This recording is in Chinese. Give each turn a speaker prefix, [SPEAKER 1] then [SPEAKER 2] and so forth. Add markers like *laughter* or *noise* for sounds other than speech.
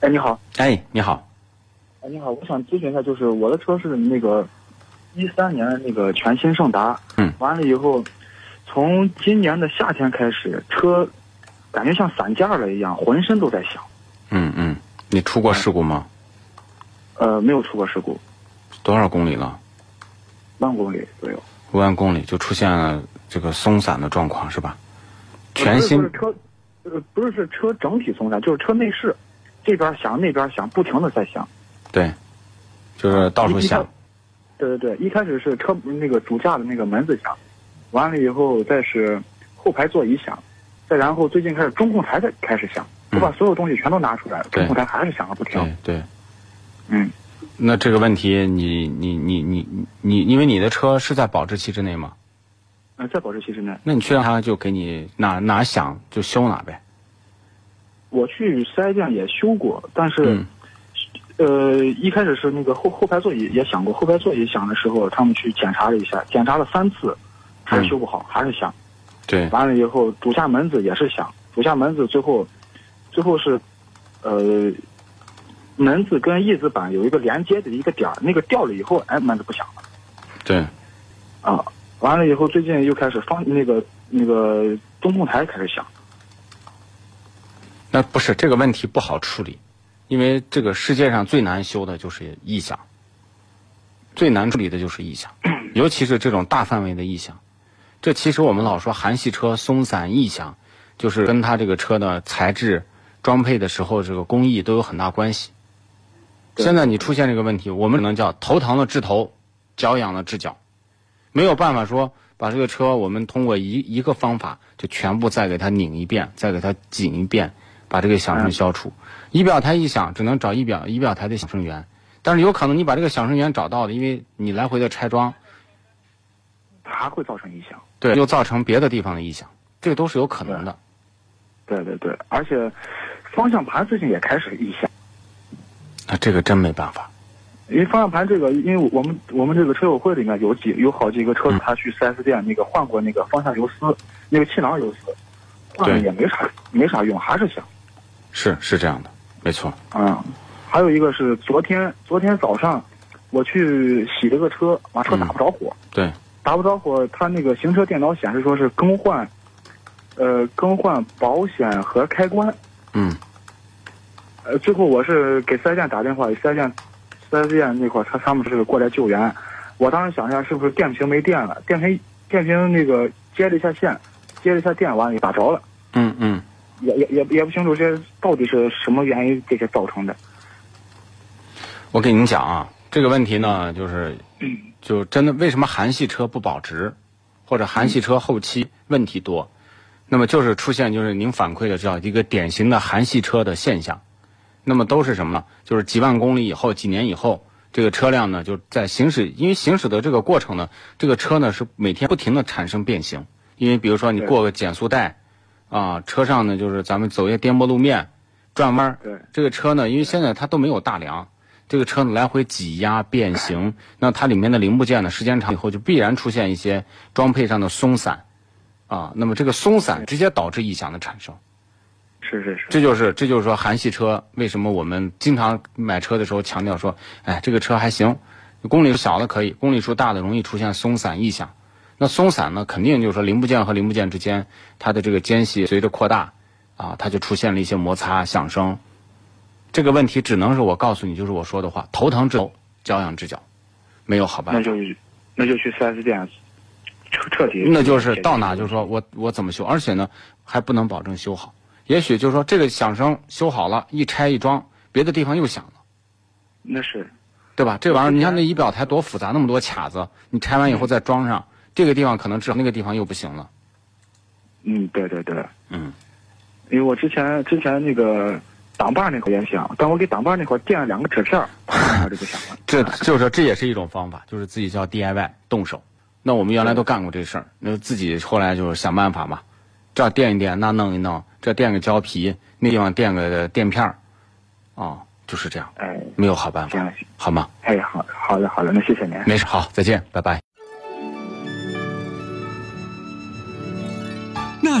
[SPEAKER 1] 哎，你好，
[SPEAKER 2] 哎，你好，
[SPEAKER 1] 哎，你好，我想咨询一下，就是我的车是那个一三年的那个全新胜达，
[SPEAKER 2] 嗯，
[SPEAKER 1] 完了以后，从今年的夏天开始，车感觉像散架了一样，浑身都在响，
[SPEAKER 2] 嗯嗯，你出过事故吗？
[SPEAKER 1] 呃，没有出过事故，
[SPEAKER 2] 多少公里了？
[SPEAKER 1] 万公里左右。
[SPEAKER 2] 五万公里就出现了这个松散的状况是吧？全
[SPEAKER 1] 不
[SPEAKER 2] 新
[SPEAKER 1] 是不是车，呃，不是是车整体松散，就是车内饰，这边响那边响，不停的在响。
[SPEAKER 2] 对，
[SPEAKER 1] 啊
[SPEAKER 2] 就是到处响。
[SPEAKER 1] 对对对，一开始是车那个主驾的那个门子响，完了以后再是后排座椅响，再然后最近开始中控台在开始响，我把所有东西全都拿出来了，
[SPEAKER 2] 嗯对
[SPEAKER 1] 中控台还是响个不
[SPEAKER 2] 对
[SPEAKER 1] 停。
[SPEAKER 2] 对，
[SPEAKER 1] 嗯，
[SPEAKER 2] 那这个问题你你你你你，因为你的车是在保质期之内吗？
[SPEAKER 1] 呃，在保质期之内，
[SPEAKER 2] 那你去让他就给你哪哪响就修哪呗。
[SPEAKER 1] 我去四 S 店也修过，但是、
[SPEAKER 2] 嗯
[SPEAKER 1] 呃，一开始是那个后后排座椅也响过，后排座椅响的时候，他们去检查了一下，检查了三次，还
[SPEAKER 2] 嗯
[SPEAKER 1] 是修不好，还是响。
[SPEAKER 2] 对，
[SPEAKER 1] 完了以后，主驾门子也是响，主驾门子最后，最后是，呃，门子跟翼子板有一个连接的一个点儿，那个掉了以后，哎，门子不响了
[SPEAKER 2] 对，
[SPEAKER 1] 啊。完了以后，最近又开始方那个那个中控台开始响，
[SPEAKER 2] 那不是这个问题不好处理，因为这个世界上最难修的就是异响，最难处理的就是异响，尤其是这种大范围的异响。这其实我们老说韩系车松散异响，就是跟它这个车的材质、装配的时候这个工艺都有很大关系。
[SPEAKER 1] 对
[SPEAKER 2] 现在你出现这个问题，我们只能叫头疼了治头，脚痒了治脚，没有办法说把这个车我们通过一一个方法就全部再给它拧一遍，再给它紧一遍，把这个响声消除。仪表台一响，只能找仪表仪表台的响声源，但是有可能你把这个响声源找到了，因为你来回的拆装，
[SPEAKER 1] 还会造成影响。
[SPEAKER 2] 对，又造成别的地方的异响，这个都是有可能的。
[SPEAKER 1] 对对对，而且方向盘最近也开始异响。
[SPEAKER 2] 那啊这个真没办法。
[SPEAKER 1] 因为方向盘这个，因为我们我们这个车友会里面有几有好几个车主，他去 4S 店那个换过那个方向油丝，那个气囊油丝，换了
[SPEAKER 2] 对
[SPEAKER 1] 也没啥没啥用，还是响。
[SPEAKER 2] 是是这样的，没错。
[SPEAKER 1] 嗯，还有一个是昨天昨天早上我去洗了个车，完车打不着火，
[SPEAKER 2] 对，
[SPEAKER 1] 打不着火，它那个行车电脑显示说是更换，呃，更换保险和开关。
[SPEAKER 2] 嗯，
[SPEAKER 1] 呃，最后我是给四 S 店打电话，四 S 店，四 S 店那块儿他他们是过来救援。我当时想一下，是不是电瓶没电了？电瓶电瓶那个接了一下线，接了一下电，完了也打着了，
[SPEAKER 2] 嗯嗯，
[SPEAKER 1] 也也也也不清楚这到底是什么原因这些造成的。
[SPEAKER 2] 我给您讲啊，这个问题呢，就是就真的为什么韩系车不保值，或者韩系车后期问题多，那么就是出现就是您反馈的这样一个典型的韩系车的现象。那么都是什么呢？就是几万公里以后，几年以后，这个车辆呢就在行驶，因为行驶的这个过程呢，这个车呢是每天不停的产生变形，因为比如说你
[SPEAKER 1] 对
[SPEAKER 2] 过个减速带，啊，车上呢就是咱们走一些颠簸路面，转弯儿
[SPEAKER 1] 对，
[SPEAKER 2] 这个车呢，因为现在它都没有大梁。这个车呢来回挤压变形，
[SPEAKER 1] *coughs*
[SPEAKER 2] 那它里面的零部件呢，时间长以后就必然出现一些装配上的松散，啊，那么这个松散直接导致异响的产生。
[SPEAKER 1] 是是是，
[SPEAKER 2] 这就是这就是说韩系车为什么我们经常买车的时候强调说，哎，这个车还行，公里数小的可以，公里数大的容易出现松散异响。那松散呢，肯定就是说零部件和零部件之间它的这个间隙随着扩大，啊，它就出现了一些摩擦响声。这个问题只能是我告诉你，就是我说的话，头疼治头，脚痒治脚，没有好办
[SPEAKER 1] 那
[SPEAKER 2] 法。
[SPEAKER 1] 就那就去 4S 店彻彻底。
[SPEAKER 2] 那就是到哪就说我我怎么修，而且呢还不能保证修好，也许就说这个响声修好了，一拆一装，别的地方又响了，
[SPEAKER 1] 那是
[SPEAKER 2] 对吧？这玩意儿你看那仪表台多复杂，那么多卡子，你拆完以后再装上，这个地方可能治好，那个地方又不行了。
[SPEAKER 1] 嗯，对对对，
[SPEAKER 2] 嗯，
[SPEAKER 1] 因为我之前之前那个挡把那块也响，但我给挡把那块垫了两个纸片儿，它就不响
[SPEAKER 2] *laughs*
[SPEAKER 1] 了。
[SPEAKER 2] 这就是说这也是一种方法，就是自己叫 DIY 动手。那我们原来都干过这事儿，那自己后来就是想办法嘛，这儿垫一垫，那弄一弄，这垫个胶皮，那地方垫个垫片儿，啊、就是这样，
[SPEAKER 1] 哎，
[SPEAKER 2] 没有好办
[SPEAKER 1] 这
[SPEAKER 2] 法
[SPEAKER 1] 样，行。
[SPEAKER 2] 好吗？
[SPEAKER 1] 哎，好好的好的，那谢谢您。
[SPEAKER 2] 没事，好，再见，拜拜。
[SPEAKER 3] 那